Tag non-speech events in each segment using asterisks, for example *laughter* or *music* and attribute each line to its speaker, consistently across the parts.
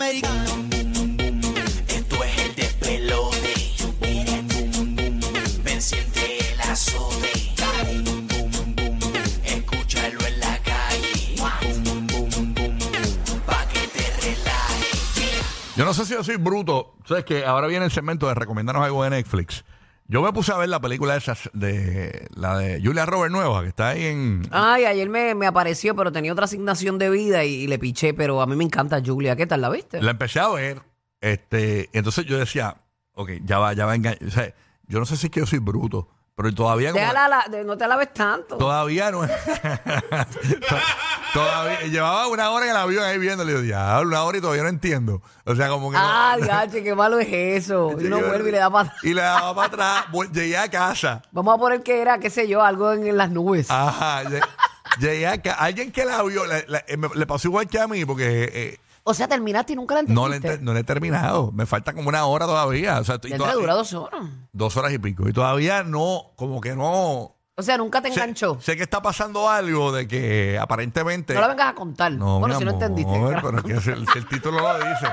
Speaker 1: americano.
Speaker 2: Esto es el despelote. Ven, siente el azote. Escúchalo en la calle. Pa' que te relajes.
Speaker 3: Yo no sé si yo soy bruto. Sabes que ahora viene el segmento de recomendarnos algo de Netflix. Yo me puse a ver la película esa de la de Julia Robert Nueva, que está ahí en.
Speaker 1: Ay, ayer me, me apareció, pero tenía otra asignación de vida y, y le piché, pero a mí me encanta Julia. ¿Qué tal la viste?
Speaker 3: La empecé a ver. Este, entonces yo decía, ok, ya va, ya va a engañar. O sea, yo no sé si es que yo soy bruto, pero todavía como-
Speaker 1: Déjala la- de- no te la ves tanto.
Speaker 3: Todavía no. *laughs* To- todavía llevaba una hora en el avión ahí viéndole. Yo, diablo, una hora y todavía no entiendo. O sea, como que. no-
Speaker 1: Ah, gache, qué malo es eso. *laughs* Y uno
Speaker 3: Llegué-
Speaker 1: vuelve y le da para
Speaker 3: Y le daba para atrás. Vol- Llegué a casa.
Speaker 1: Vamos a poner que era, qué sé yo, algo en, en las nubes.
Speaker 3: Ajá. lle- llegué a casa. Alguien que la vio, la- la- eh, me- le pasó igual que a mí, porque eh,
Speaker 1: O sea, terminaste y nunca la entendiste.
Speaker 3: no, le, ente- no le he terminado. Me falta como una hora todavía. O sea, estoy
Speaker 1: Ya
Speaker 3: toda-
Speaker 1: entre dura dos horas.
Speaker 3: dos horas y pico. Y todavía no, como que no.
Speaker 1: O sea, nunca te enganchó.
Speaker 3: Sé, sé que está pasando algo de que aparentemente.
Speaker 1: no la vengas a contar.
Speaker 3: No,
Speaker 1: bueno,
Speaker 3: mi
Speaker 1: si no
Speaker 3: amor,
Speaker 1: entendiste.
Speaker 3: pero es que si el, si el título lo dice.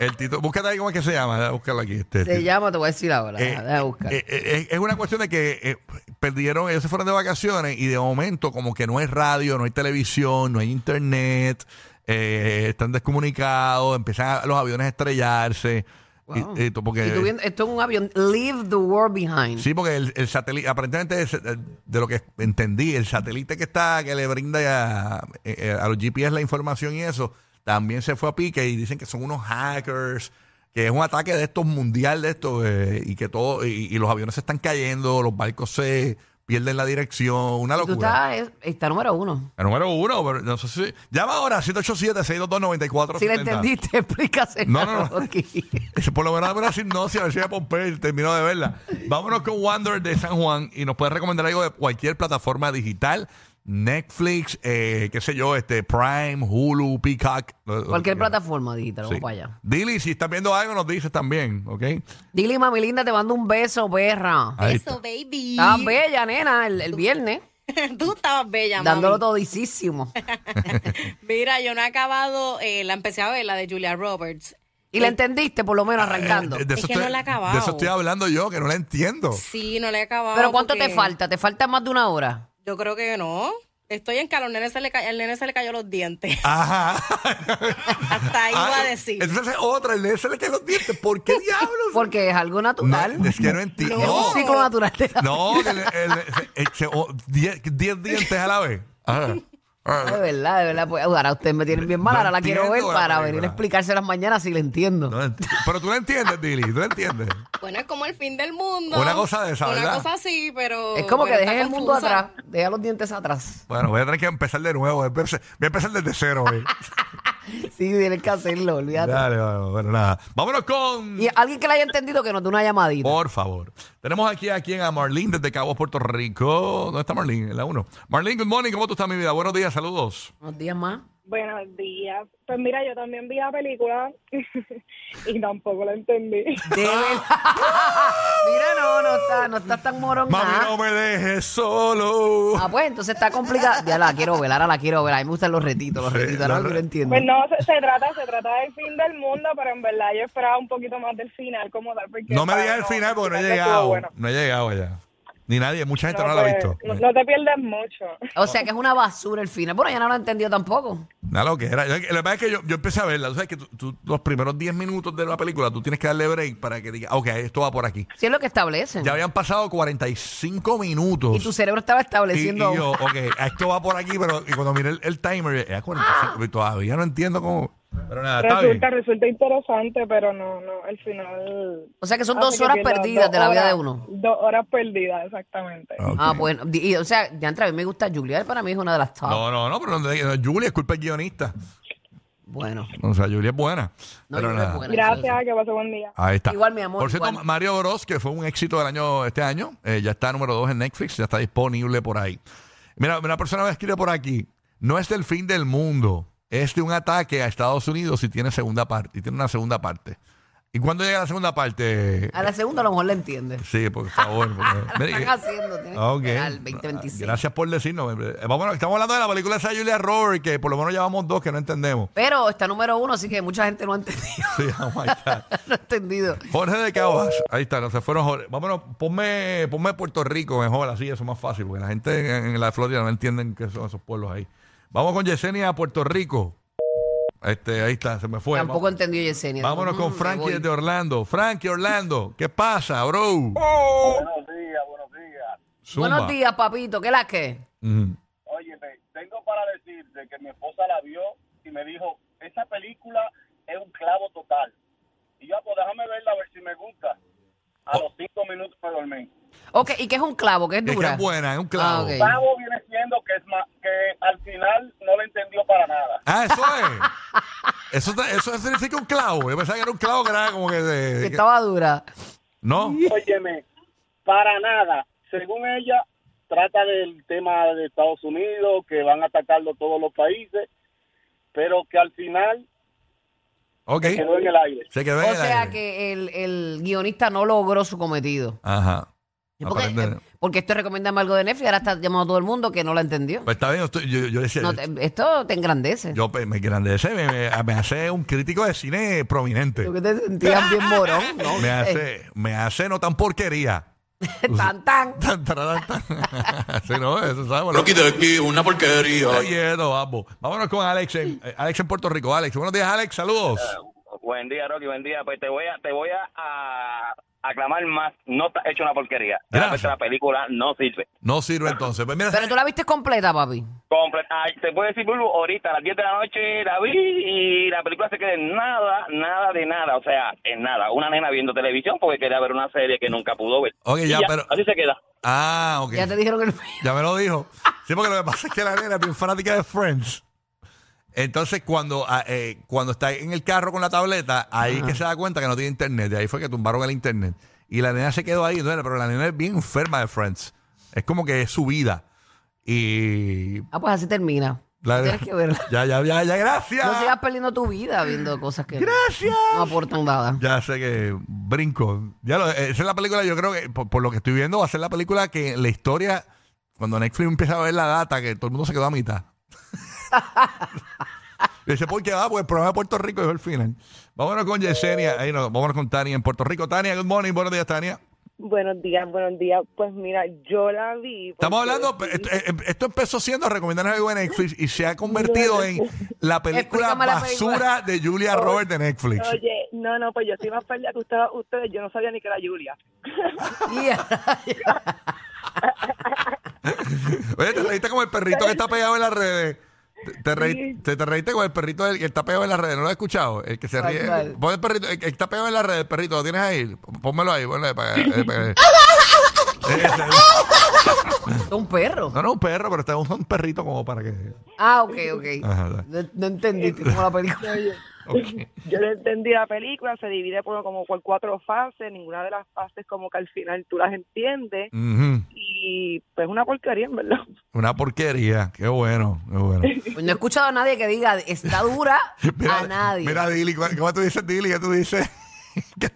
Speaker 3: El título, búscate ahí cómo es que se llama, búscalo aquí. Este, el
Speaker 1: Se
Speaker 3: título.
Speaker 1: llama, te voy a decir ahora.
Speaker 3: Eh,
Speaker 1: Déjame buscar.
Speaker 3: eh, eh, eh, es una cuestión de que eh, perdieron, ellos se fueron de vacaciones y de momento como que no hay radio, no hay televisión, no hay internet, eh, están descomunicados, empiezan a- los aviones a estrellarse. y-
Speaker 1: Wow.
Speaker 3: y tú- porque,
Speaker 1: Y tú viendo- esto es un avión. Leave the world behind.
Speaker 3: Sí, porque el, el satélite, aparentemente es, eh, de lo que entendí, el satélite que está, que le brinda a, eh, a los GPS la información y eso, también se fue a pique y dicen que son unos hackers, que es un ataque de estos mundial de estos eh, y que todo, y, y los aviones se están cayendo, los barcos se pierden la dirección, una
Speaker 1: tú
Speaker 3: locura.
Speaker 1: estás, es- está número uno.
Speaker 3: El número uno, pero no sé si. Llama ahora, 787-622-9470.
Speaker 1: Si la entendiste, *laughs* explícase.
Speaker 3: No, no, no.
Speaker 1: Rocky.
Speaker 3: *laughs* Por lo menos dame una sinopsis, a ver si ya Pompey terminó de verla. Vámonos con Wander de San Juan y nos puedes recomendar algo de cualquier plataforma digital. Netflix, eh, qué sé yo, este Prime, Hulu, Peacock. lo- lo
Speaker 1: Cualquier
Speaker 3: que quieras.
Speaker 1: plataforma digital,
Speaker 3: Sí.
Speaker 1: vamos para allá.
Speaker 3: Dili, si estás viendo algo, nos dices también, ¿ok?
Speaker 1: Dile, mami linda, te mando un beso, perra.
Speaker 3: Ahí
Speaker 4: Eso,
Speaker 3: está.
Speaker 4: baby.
Speaker 1: Estabas bella, nena, el, el viernes,
Speaker 4: *laughs* Tú estabas bella,
Speaker 1: dándolo
Speaker 4: mami.
Speaker 1: todisísimo.
Speaker 4: Mira, yo no he acabado, eh, la empecé a ver, la de Julia Roberts.
Speaker 1: Y
Speaker 4: *laughs*
Speaker 1: la entendiste, por lo menos,
Speaker 3: *laughs*
Speaker 1: arrancando.
Speaker 3: Eh,
Speaker 4: Es que no la he acabado.
Speaker 3: de eso estoy hablando yo, que no la entiendo.
Speaker 4: Sí, no la he acabado.
Speaker 1: Pero ¿cuánto
Speaker 4: porque
Speaker 1: te falta? ¿Te falta más de una hora?
Speaker 4: Yo creo que no. Estoy en calor, nene se le ca- al nene se le cayó los dientes. *laughs*
Speaker 3: Ajá. Ah,
Speaker 4: Hasta ahí iba a decir.
Speaker 3: Entonces otra, el que los dientes. ¿Por qué diablos?
Speaker 1: Porque es algo natural.
Speaker 3: No, es que no entiendo.
Speaker 1: Es un ciclo natural de la
Speaker 3: No, que le- el- se- se- o- diez, diez dientes a la vez. Ah, Ajá.
Speaker 1: *laughs* De
Speaker 3: Ajá.
Speaker 1: verdad, de verdad. Pues, ahora ustedes me tienen bien mal.
Speaker 3: No
Speaker 1: Ahora la quiero ver
Speaker 3: entiendo la
Speaker 1: para
Speaker 3: película.
Speaker 1: venir a explicarse las mañanas si la entiendo.
Speaker 3: No ent- pero tú lo entiendes, Dili, tú lo entiendes.
Speaker 4: Bueno, es como el fin del mundo.
Speaker 3: Una cosa de esa,
Speaker 4: Una
Speaker 3: ¿verdad?
Speaker 4: cosa así, pero.
Speaker 1: es como que
Speaker 4: pero está
Speaker 1: dejes el mundo
Speaker 4: confusa.
Speaker 1: atrás. Deja los dientes atrás. *laughs*
Speaker 3: Bueno, voy a tener que empezar de nuevo. Voy a empezar, voy a empezar desde cero hoy.
Speaker 1: Sí, tienes que hacerlo, olvídate.
Speaker 3: Dale, bueno, bueno, nada. Vámonos con.
Speaker 1: Y alguien que la haya entendido que nos dé una llamadita.
Speaker 3: Por favor. Tenemos aquí a quien a Marlene desde Cabo Puerto Rico. ¿Dónde está Marlene? En la 1. Marlene, good morning. ¿Cómo tú estás, mi vida? Buenos días, saludos.
Speaker 1: Unos días más.
Speaker 5: Buenos días. Pues mira, yo también vi la película *laughs* y tampoco la
Speaker 3: *laughs*
Speaker 5: entendí. *laughs*
Speaker 1: De verdad. *laughs* Mira, no, no estás no está tan morón.
Speaker 3: Mami,
Speaker 1: nada.
Speaker 3: no me dejes solo.
Speaker 1: Ah, pues entonces está complicada. Ya la quiero ver, ahora la quiero ver. A mí me gustan los retitos, los
Speaker 3: Sí,
Speaker 1: retitos,
Speaker 3: los
Speaker 1: ahora que
Speaker 3: re-
Speaker 1: lo entiendo.
Speaker 5: Pues no, se, se trata, se trata del fin del mundo, pero en verdad yo esperaba un poquito más del final como tal. Porque
Speaker 3: No me
Speaker 5: para-
Speaker 3: digas el final porque no he
Speaker 5: final estuvo
Speaker 3: llegado.
Speaker 5: bueno.
Speaker 3: No he llegado allá. Ni nadie, mucha gente no,
Speaker 5: No,
Speaker 3: la ha
Speaker 5: pues,
Speaker 3: visto.
Speaker 5: no- no te pierdes mucho.
Speaker 1: O sea que es una basura el final. Bueno, ya no lo he entendido tampoco.
Speaker 3: Nada lo que era. Lo que lo que pasa es que yo, yo empecé a verla. O sea, que tú, tú- los primeros 10 minutos de la película tú tienes que darle break para que diga, ok, esto va por aquí.
Speaker 1: Si es lo que establecen.
Speaker 3: Ya habían pasado 45 minutos.
Speaker 1: Y tu cerebro estaba
Speaker 3: Y- y
Speaker 1: estableciendo.
Speaker 3: yo, ok, esto va por aquí, pero y cuando miré el, el timer, era 45. y Todavía no entiendo cómo. Pero nada, está bien.
Speaker 5: Resulta, resulta interesante, pero no, no, el final...
Speaker 1: o sea que son
Speaker 5: hace
Speaker 1: dos
Speaker 5: que
Speaker 1: horas
Speaker 5: pierdas
Speaker 1: perdidas
Speaker 5: dos
Speaker 1: de la vida de
Speaker 5: horas-
Speaker 1: uno.
Speaker 5: Dos horas perdidas, exactamente.
Speaker 3: Ok.
Speaker 1: Ah, bueno. Di- y, o sea, ya entra, a mí me gusta Julia. Para mí es una de las top.
Speaker 3: No, no, no, pero no, no, Julia es culpa del guionista.
Speaker 1: Bueno.
Speaker 3: O sea, Julia es buena.
Speaker 1: No, Julia
Speaker 3: pero
Speaker 1: es
Speaker 3: nada.
Speaker 1: buena.
Speaker 5: Gracias, que pase buen día.
Speaker 3: Ahí está.
Speaker 1: Igual, mi amor,
Speaker 3: Por cierto,
Speaker 1: igual.
Speaker 3: Mario Bros, que fue un éxito del año este año, eh, ya está número 2 en Netflix, ya está disponible por ahí. Mira, una persona me escribe por aquí, no es del fin del mundo, es de un ataque a Estados Unidos y tiene segunda parte, y tiene una segunda parte. ¿Y cuándo llega la segunda parte?
Speaker 1: A la segunda a lo mejor la entiendes.
Speaker 3: Sí, por favor.
Speaker 1: *laughs*
Speaker 3: porque-
Speaker 1: Lo
Speaker 3: Mira,
Speaker 1: están
Speaker 3: que-
Speaker 1: haciendo, tienes
Speaker 3: Ah, ok.
Speaker 1: que esperar ¿eh? al 2026.
Speaker 3: Gracias por decirnos. Eh, Vámonos, estamos hablando de la película esa de Julia Roberts, que por lo menos llevamos dos que no entendemos. *laughs*
Speaker 1: Pero está número uno, así que mucha gente no ha entendido.
Speaker 3: Sí, oh my God.
Speaker 1: *laughs* no ha entendido.
Speaker 3: Jorge de Cabas. Ahí está, no se fueron Jorge. Vámonos, ponme, ponme Puerto Rico mejor, así eso es más fácil, porque la gente en, en la Florida no entienden qué son esos pueblos ahí. Vamos con Yesenia a Puerto Rico. Este, ahí está, se me fue.
Speaker 1: Tampoco entendió Yesenia.
Speaker 3: Vámonos
Speaker 1: Dijo,
Speaker 3: con
Speaker 1: "Mm,
Speaker 3: Frankie
Speaker 1: me voy".
Speaker 3: desde Orlando. Frankie Orlando, ¿qué pasa, bro?
Speaker 6: Buenos días, buenos días.
Speaker 3: Zumba.
Speaker 1: Buenos días, papito. ¿Qué la que?
Speaker 3: Ujú.
Speaker 6: Óyeme, tengo para decirte que mi esposa la vio y me dijo, esa película es un clavo total. Y yo, "Ah, pues déjame verla a ver si me gusta. A los cinco minutos me dormí.
Speaker 1: Ok, ¿y qué es un clavo? ¿Qué es
Speaker 3: Es
Speaker 1: dura?
Speaker 3: que es buena, es un clavo.
Speaker 1: Ah, ok.
Speaker 6: Clavo viene siendo que es ma- que al final no le entendió para nada.
Speaker 3: Ah, eso es. Eso, está- eso significa un clavo. Yo pensaba que era un clavo que era como que. de-
Speaker 1: Que estaba dura.
Speaker 3: No.
Speaker 6: Óyeme, para nada. Según ella, trata del tema de Estados Unidos, que van a atacarlo todos los países, pero que al final
Speaker 3: Ok.
Speaker 6: quedó en el aire.
Speaker 3: Se quedó en
Speaker 1: O
Speaker 3: el
Speaker 1: sea
Speaker 3: aire.
Speaker 1: que el, el guionista no logró su cometido.
Speaker 3: Ajá.
Speaker 1: Porque,
Speaker 3: Aparentemente.
Speaker 1: porque esto recomienda algo de Netflix, ahora está llamando a todo el mundo que no la entendió.
Speaker 3: Pues está bien, yo, estoy- yo, yo decía.
Speaker 1: No te- esto te engrandece.
Speaker 3: yo pues, me engrandece, me, me- me hace un crítico de cine prominente.
Speaker 1: Tú que te sentías bien morón,
Speaker 3: *laughs*
Speaker 1: ¿no? eh.
Speaker 3: Me hace, me hace no tan porquería. *laughs*
Speaker 1: tan, tan.
Speaker 3: Tan, tararán, tan. *laughs* sí, no, eso sabemos.
Speaker 2: Rocky de aquí, una porquería.
Speaker 3: Oye, no, vamos. Vámonos con Alex en, eh, Alex en Puerto Rico. Alex, buenos días, Alex. Saludos.
Speaker 7: Buen día, Rocky, buen día. Pues te voy a, te voy a, a- aclamar más. No está hecho una porquería.
Speaker 3: Gracias.
Speaker 7: Realmente La película no sirve.
Speaker 3: No sirve entonces. Pues mira,
Speaker 1: Pero tú la viste completa, papi.
Speaker 7: Comple- Ay, te puedo decir, Bulbo, ahorita a las 10 de la noche la vi y la película se queda en nada, nada de nada. O sea, en nada. Una nena viendo televisión porque quería ver una serie que nunca pudo ver.
Speaker 3: Ok,
Speaker 7: Y
Speaker 3: ya, pero-
Speaker 7: Así se queda.
Speaker 3: Ah, ok.
Speaker 1: Ya te dijeron el
Speaker 3: Ya me lo dijo. Sí, porque lo que pasa es que la nena es bien fanática de Friends. Entonces, cuando, ah, eh, cuando está en el carro con la tableta, ahí es que se da cuenta que no tiene internet. De ahí fue que tumbaron el internet. Y la nena se quedó ahí. Entonces, pero la nena es bien enferma de Friends. Es como que es su vida. Y.
Speaker 1: Ah, pues así termina.
Speaker 3: la-
Speaker 1: Tienes que verla.
Speaker 3: Ya, ya, ya, ya, gracias.
Speaker 1: No sigas perdiendo tu vida viendo cosas que
Speaker 3: Gracias.
Speaker 1: no aportan nada.
Speaker 3: Ya sé que brinco. Ya lo- esa es la película, yo creo que, por, por lo que estoy viendo, va a ser la película que la historia, cuando Netflix empieza a ver la data, que todo el mundo se quedó a mitad. *laughs* Y Dice, ¿por qué va? Pues el programa de Puerto Rico es el final. Vámonos con Yesenia. Ahí no, vámonos con Tania en Puerto Rico. Tania, good morning. Buenos días, Tania.
Speaker 5: Buenos días, buenos días. Pues mira, yo la vi.
Speaker 3: Estamos
Speaker 5: porque
Speaker 3: hablando,
Speaker 5: decidí-
Speaker 3: esto, eh, esto empezó siendo recomendarnos algo de Netflix y se ha convertido en la película
Speaker 1: Explícame la película. Oh,
Speaker 3: basura de Julia Roberts de Netflix.
Speaker 5: Oye, no, no, pues yo estoy más perdida que usted- ustedes. Yo no sabía ni que era Julia. *laughs*
Speaker 1: *laughs*
Speaker 3: *laughs* Oye, te reíste como el perrito que está pegado en las redes. Te, te reí-
Speaker 5: Sí.
Speaker 3: te, te reíste con el perrito del- que está pegado en las redes. ¿No lo has escuchado? El que se
Speaker 1: ¿Cuál,
Speaker 3: ríe.
Speaker 1: cuál?
Speaker 3: Pon el perrito. El que está pegado en las redes, el perrito. ¿Lo tienes ahí? P- Pónmelo ahí. Ponlo ahí para, eh, para- *laughs* Ese.
Speaker 1: Es un perro.
Speaker 3: no, no, un perro, pero está un, un perrito como para que.
Speaker 1: Ah, ok, ok.
Speaker 3: Ajá, dale.
Speaker 1: No, no entendiste cómo la película.
Speaker 3: Ok.
Speaker 5: Yo no entendí la película, se divide por como por cuatro fases, ninguna de las fases como que al final tú las entiendes
Speaker 3: Ujú.
Speaker 5: y pues una porquería, en verdad.
Speaker 3: Una porquería. Qué bueno,
Speaker 1: *laughs*
Speaker 3: qué bueno.
Speaker 1: Pues no he escuchado a nadie que diga está dura a nadie.
Speaker 3: *laughs* Mira, Dili, ¿cu- ¿cómo tú dices, Dili? ¿Qué tú dices?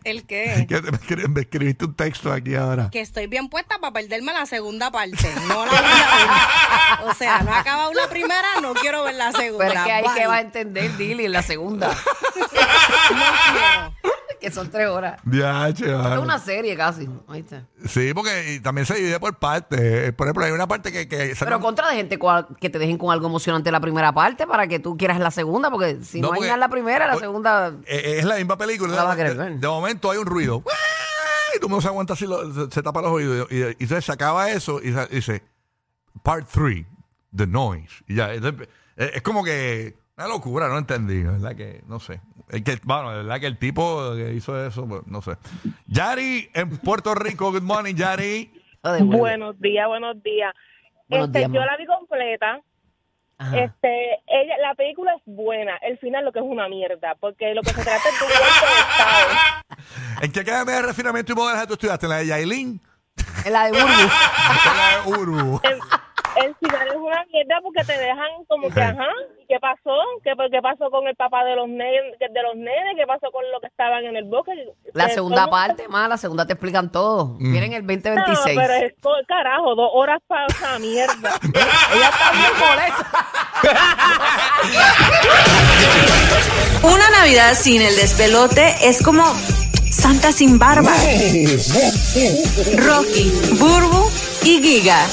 Speaker 4: ¿El qué?
Speaker 3: *laughs* Que te- me escri- me escribiste un texto aquí ahora.
Speaker 4: Que estoy bien puesta para perderme la segunda parte. No la *laughs* voy a ver. O sea, no acaba la primera, no quiero ver la segunda.
Speaker 1: Pero es que ahí que
Speaker 4: Bye.
Speaker 1: vas a entender, Dili, en la
Speaker 3: *laughs*
Speaker 1: segunda.
Speaker 4: No quiero.
Speaker 1: que son tres horas.
Speaker 3: Ya, che,
Speaker 1: Es
Speaker 3: vale.
Speaker 1: una serie casi. ¿oíste?
Speaker 3: Sí, porque y también se divide por partes. Eh, Por ejemplo, hay una parte que... que
Speaker 1: Pero
Speaker 3: sacan-
Speaker 1: contra de gente cual- que te dejen con algo emocionante la primera parte para que tú quieras la segunda, porque si
Speaker 3: No,
Speaker 1: no, hay
Speaker 3: porque-
Speaker 1: nada en la primera, la
Speaker 3: por-
Speaker 1: segunda.
Speaker 3: Eh, es la misma película.
Speaker 1: No la vas a
Speaker 3: de,
Speaker 1: querer ver.
Speaker 3: de momento hay un ruido. Y tú no se aguanta si se, se tapa los oídos. Y, y entonces se acaba eso y sa- dice, part 3, the noise. Y ya, entonces, eh, es como que una locura, no entendí. la ¿Verdad que? No sé. Es que, bueno, la verdad que el tipo que hizo eso, pues, no sé. Yari en Puerto Rico. Good morning, Yari.
Speaker 1: joder, güey.
Speaker 5: Buenos días, buenos días.
Speaker 1: Buenos
Speaker 5: este,
Speaker 1: días,
Speaker 5: yo
Speaker 1: ma.
Speaker 5: la vi completa.
Speaker 1: Ajá.
Speaker 5: Este, ella, la película es buena. El final lo que es una mierda, porque lo que se trata es de un golpe de estado.
Speaker 3: ¿En qué academia de refinamiento y modelaje tú estudiaste? ¿En la de Yailin?
Speaker 5: *laughs*
Speaker 1: En la de Burbu.
Speaker 3: ¿En la de Uru?
Speaker 5: En, El final es una mierda porque te dejan como
Speaker 3: Sí.
Speaker 5: que, ajá, ¿y qué pasó? ¿Qué, qué pasó con el papá de los, nenes, de los nenes? ¿Qué pasó con los que estaban en el bosque?
Speaker 1: La
Speaker 5: Eh,
Speaker 1: segunda
Speaker 5: ¿cómo?
Speaker 1: parte, más la segunda te explican todo.
Speaker 3: Mm.
Speaker 1: Vienen el
Speaker 5: No,
Speaker 1: 2026.
Speaker 5: pero es co- carajo, dos horas para esa mierda.
Speaker 1: Ella está bien molesta.
Speaker 8: Una Navidad sin el despelote es como Santa sin barba. Rocky, Burbu y Giga.